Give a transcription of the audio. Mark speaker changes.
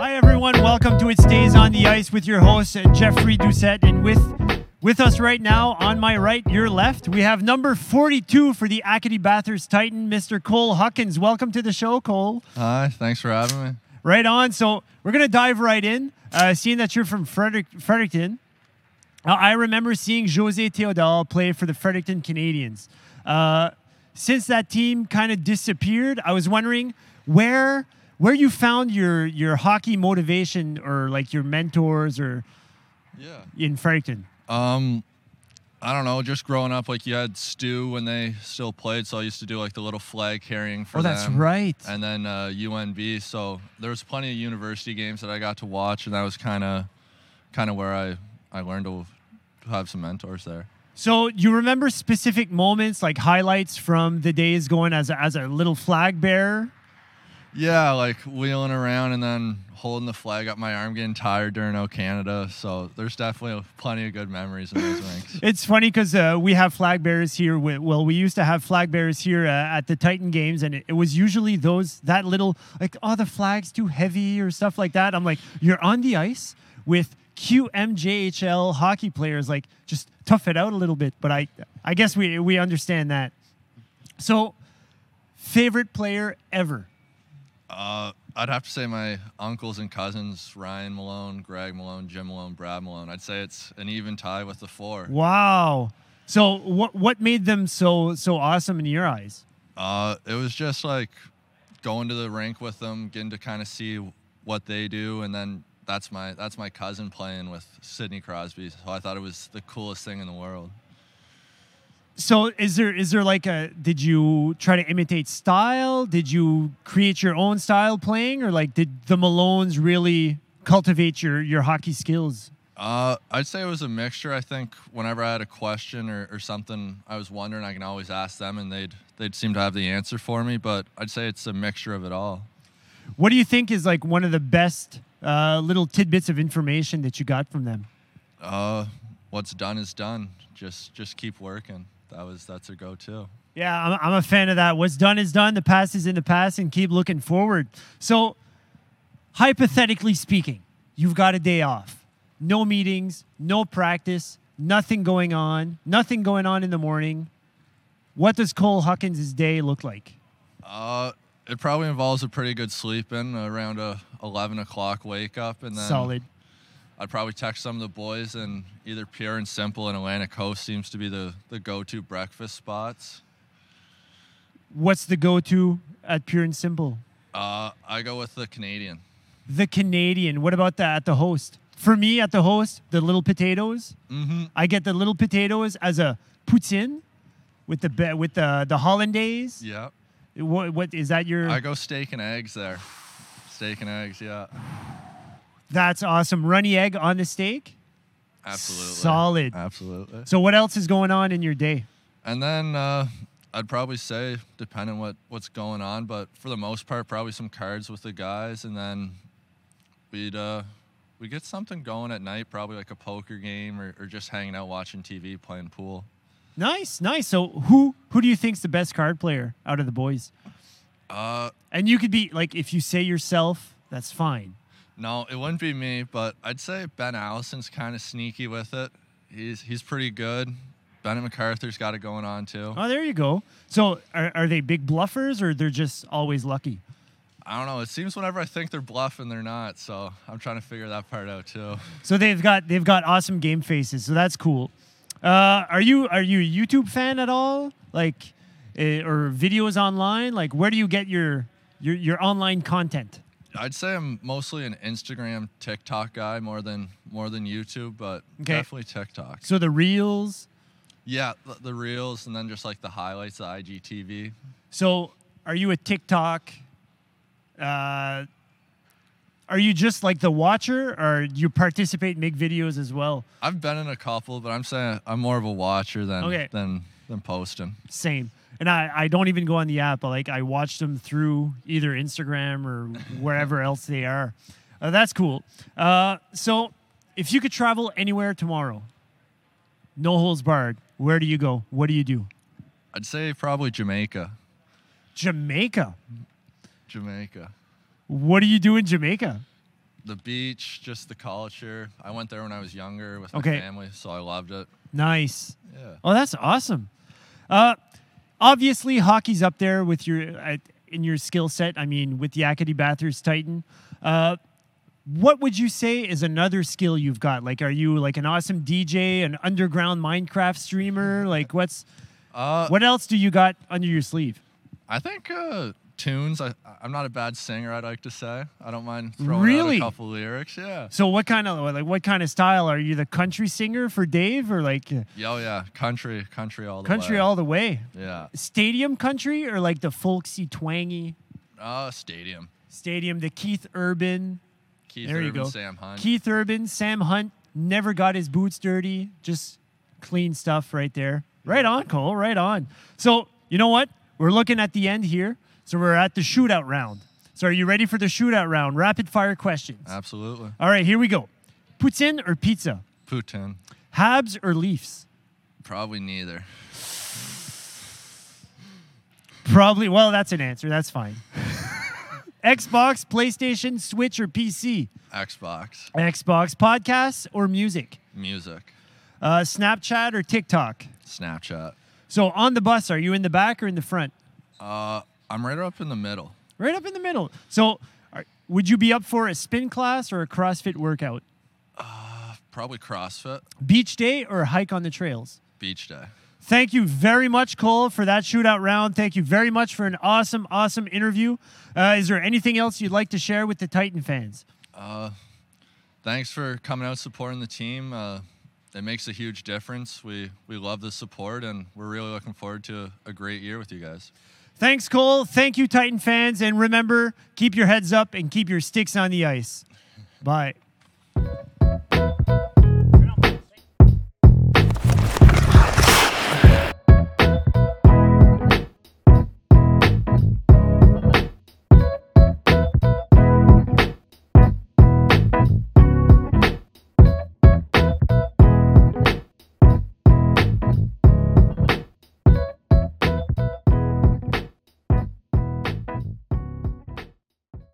Speaker 1: everyone. Welcome to It Stays on the Ice with your host, Jeffrey Doucette. And with, with us right now, on my right, your left, we have number 42 for the Acadie Bathurst Titan, Mr. Cole Huckins. Welcome to the show, Cole.
Speaker 2: Hi, thanks for having me.
Speaker 1: Right on. So we're going to dive right in. Uh, seeing that you're from Frederick, Fredericton, uh, I remember seeing Jose Teodal play for the Fredericton Canadians. Uh, since that team kind of disappeared, I was wondering where where you found your your hockey motivation or like your mentors or
Speaker 2: Yeah.
Speaker 1: in Fredericton.
Speaker 2: Um, I don't know. Just growing up, like you had Stu when they still played, so I used to do like the little flag carrying for
Speaker 1: Oh,
Speaker 2: them.
Speaker 1: that's right.
Speaker 2: And then uh, UNB. So there was plenty of university games that I got to watch, and that was kind of, kind of where I I learned to have some mentors there.
Speaker 1: So you remember specific moments like highlights from the days going as a, as a little flag bearer?
Speaker 2: Yeah, like wheeling around and then holding the flag up my arm, getting tired during O Canada. So there's definitely plenty of good memories in those ranks.
Speaker 1: It's funny because uh, we have flag bearers here. wi- Well, we used to have flag bearers here uh, at the Titan games, and it, it was usually those that little like, oh, the flag's too heavy or stuff like that. I'm like, you're on the ice with QMJHL hockey players, like just tough it out a little bit. But I, I guess we we understand that. So, favorite player ever.
Speaker 2: Uh, I'd have to say my uncles and cousins, Ryan Malone, Greg Malone, Jim Malone, Brad Malone. I'd say it's an even tie with the four.
Speaker 1: Wow. So what what made them so so awesome in your eyes?
Speaker 2: Uh, it was just like going to the rink with them, getting to kind of see what they do, and then that's my that's my cousin playing with Sidney Crosby. So I thought it was the coolest thing in the world.
Speaker 1: So is there is there like a did you try to imitate style? Did you create your own style playing or like did the Malones really cultivate your your hockey skills?
Speaker 2: Uh, I'd say it was a mixture. I think whenever I had a question or, or something I was wondering, I can always ask them, and they'd they'd seem to have the answer for me. But I'd say it's a mixture of it all.
Speaker 1: What do you think is like one of the best uh, little tidbits of information that you got from them?
Speaker 2: Uh, what's done is done. Just just keep working. That was that's their go-to.
Speaker 1: Yeah, I'm, I'm a fan of that. What's done is done. The past is in the past, and keep looking forward. So, hypothetically speaking, you've got a day off, no meetings, no practice, nothing going on, nothing going on in the morning. What does Cole Huckins' day look like?
Speaker 2: Uh, it probably involves a pretty good sleep in around a 11 o'clock wake up, and then
Speaker 1: Solid.
Speaker 2: I'd probably text some of the boys, and either Pure and Simple and Atlantic Coast seems to be the the go-to breakfast spots.
Speaker 1: What's the go-to at Pure and Simple?
Speaker 2: Uh, I go with the Canadian.
Speaker 1: The Canadian. What about that at the host? For me, at the host, the little potatoes.
Speaker 2: Mm-hmm.
Speaker 1: I get the little potatoes as a poutine with the be- with the the hollandaise.
Speaker 2: Yeah,
Speaker 1: What, what is that your?
Speaker 2: I go steak and eggs there. Steak and eggs, yeah,
Speaker 1: that's awesome. Runny egg on the steak.
Speaker 2: absolutely. Uh,
Speaker 1: Solid.
Speaker 2: Absolutely.
Speaker 1: So what else is going on in your day?
Speaker 2: And then uh, I'd probably say, depending what what's going on, but for the most part, probably some cards with the guys, and then we'd uh, we get something going at night, probably like a poker game or, or just hanging out watching TV, playing pool.
Speaker 1: Nice, nice. So who who do you think's the best card player out of the boys?
Speaker 2: Uh,
Speaker 1: And you could be like, if you say yourself, that's fine.
Speaker 2: no, it wouldn't be me, but I'd say Ben Allison's kind of sneaky with it. He's he's pretty good. Bennett MacArthur's got it going on too.
Speaker 1: Oh, there you go. So are, are they big bluffers or they're just always lucky?
Speaker 2: I don't know. It seems whenever I think they're bluffing, they're not. So I'm trying to figure that part out too.
Speaker 1: So they've got they've got awesome game faces. So that's cool. Uh, are you are you a YouTube fan at all? Like, eh, or videos online? Like, where do you get your your, your online content?
Speaker 2: I'd say I'm mostly an Instagram, TikTok guy more than more than YouTube, but
Speaker 1: Okay.
Speaker 2: definitely TikTok.
Speaker 1: So the reels.
Speaker 2: Yeah, the, the reels and then just like the highlights, the IGTV.
Speaker 1: So are you a TikTok? Uh, are you just like the watcher, or do you participate, make videos as well?
Speaker 2: I've been in a couple, but I'm saying I'm more of a watcher than
Speaker 1: Okay.
Speaker 2: than than posting.
Speaker 1: Same. And I, I don't even go on the app. I, Like I watch them through either Instagram or wherever else they are. Uh, that's cool. Uh, so if you could travel anywhere tomorrow, no holes barred, where do you go? What do you do?
Speaker 2: I'd say probably Jamaica.
Speaker 1: Jamaica.
Speaker 2: Jamaica.
Speaker 1: What do you do in Jamaica?
Speaker 2: the beach, just the culture. I went there when I was younger with my
Speaker 1: Okay.
Speaker 2: family, so I loved it.
Speaker 1: Nice.
Speaker 2: Yeah.
Speaker 1: Oh, that's awesome. Uh, obviously, hockey's up there with your uh, in your skill set. I mean, with the Yakety Bathurst Titan. Uh, what would you say is another skill you've got? Like, are you like an awesome DJ, an underground Minecraft streamer? Like, what's
Speaker 2: Uh,
Speaker 1: what else do you got under your sleeve?
Speaker 2: I think uh, tunes. I, I'm not a bad singer. I'd like to say. I don't mind throwing
Speaker 1: Really?
Speaker 2: out a couple lyrics. Yeah.
Speaker 1: So, what kind of like what kind of style are you? The country singer for Dave, or like uh,
Speaker 2: Yeah, oh, yeah. Country, country all the
Speaker 1: country
Speaker 2: way.
Speaker 1: all the way?
Speaker 2: Yeah.
Speaker 1: Stadium country, or like the folksy twangy
Speaker 2: Uh, stadium.
Speaker 1: stadium, the Keith Urban.
Speaker 2: Keith
Speaker 1: There you
Speaker 2: Urban,
Speaker 1: go.
Speaker 2: Sam Hunt.
Speaker 1: Keith Urban, Sam Hunt never got his boots dirty. Just clean stuff right there. Right on, Cole. Right on. So, you know what? We're looking at the end here. So, we're at the shootout round. So, are you ready for the shootout round? Rapid fire questions.
Speaker 2: Uh. Absolutely.
Speaker 1: All right, here we go. Poutine or pizza?
Speaker 2: Putin.
Speaker 1: Habs or Leafs?
Speaker 2: Probably neither.
Speaker 1: Probably. Well, that's an answer. That's fine. Xbox, PlayStation, Switch, or PC?
Speaker 2: Xbox.
Speaker 1: Xbox, podcasts, or music?
Speaker 2: Music.
Speaker 1: Uh, Snapchat or TikTok?
Speaker 2: Snapchat.
Speaker 1: So on the bus, are you in the back or in the front?
Speaker 2: Uh, I'm right up in the middle.
Speaker 1: Right up in the middle. So are, would you be up for a spin class or a CrossFit workout?
Speaker 2: Probably CrossFit.
Speaker 1: Beach day or a hike on the trails?
Speaker 2: Beach day.
Speaker 1: Thank you very much, Cole, for that shootout round. Thank you very much for an awesome, awesome interview. Uh, is there anything else you'd like to share with the Titan fans?
Speaker 2: Thanks for coming out supporting the team. Uh, it makes a huge difference. We we love the support and we're really looking forward to a great year with you guys.
Speaker 1: Thanks, Cole. Thank you, Titan fans. And remember, keep your heads up and keep your sticks on the ice. Bye.